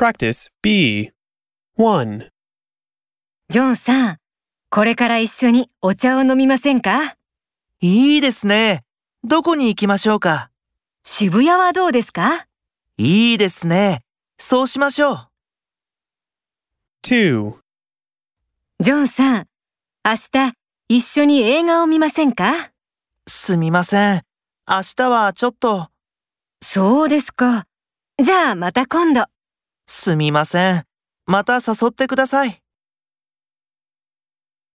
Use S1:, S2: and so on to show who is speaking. S1: Practice B. 1.
S2: ジョンさん、これから一緒にお茶を飲みませんか
S3: いいですね。どこに行きましょうか
S2: 渋谷はどうですか
S3: いいですね。そうしましょう。
S1: 2.
S2: ジョンさん、明日一緒に映画を見ませんか
S3: すみません。明日はちょっと、
S2: そうですか。じゃあまた今度。
S3: すみません。また誘ってください。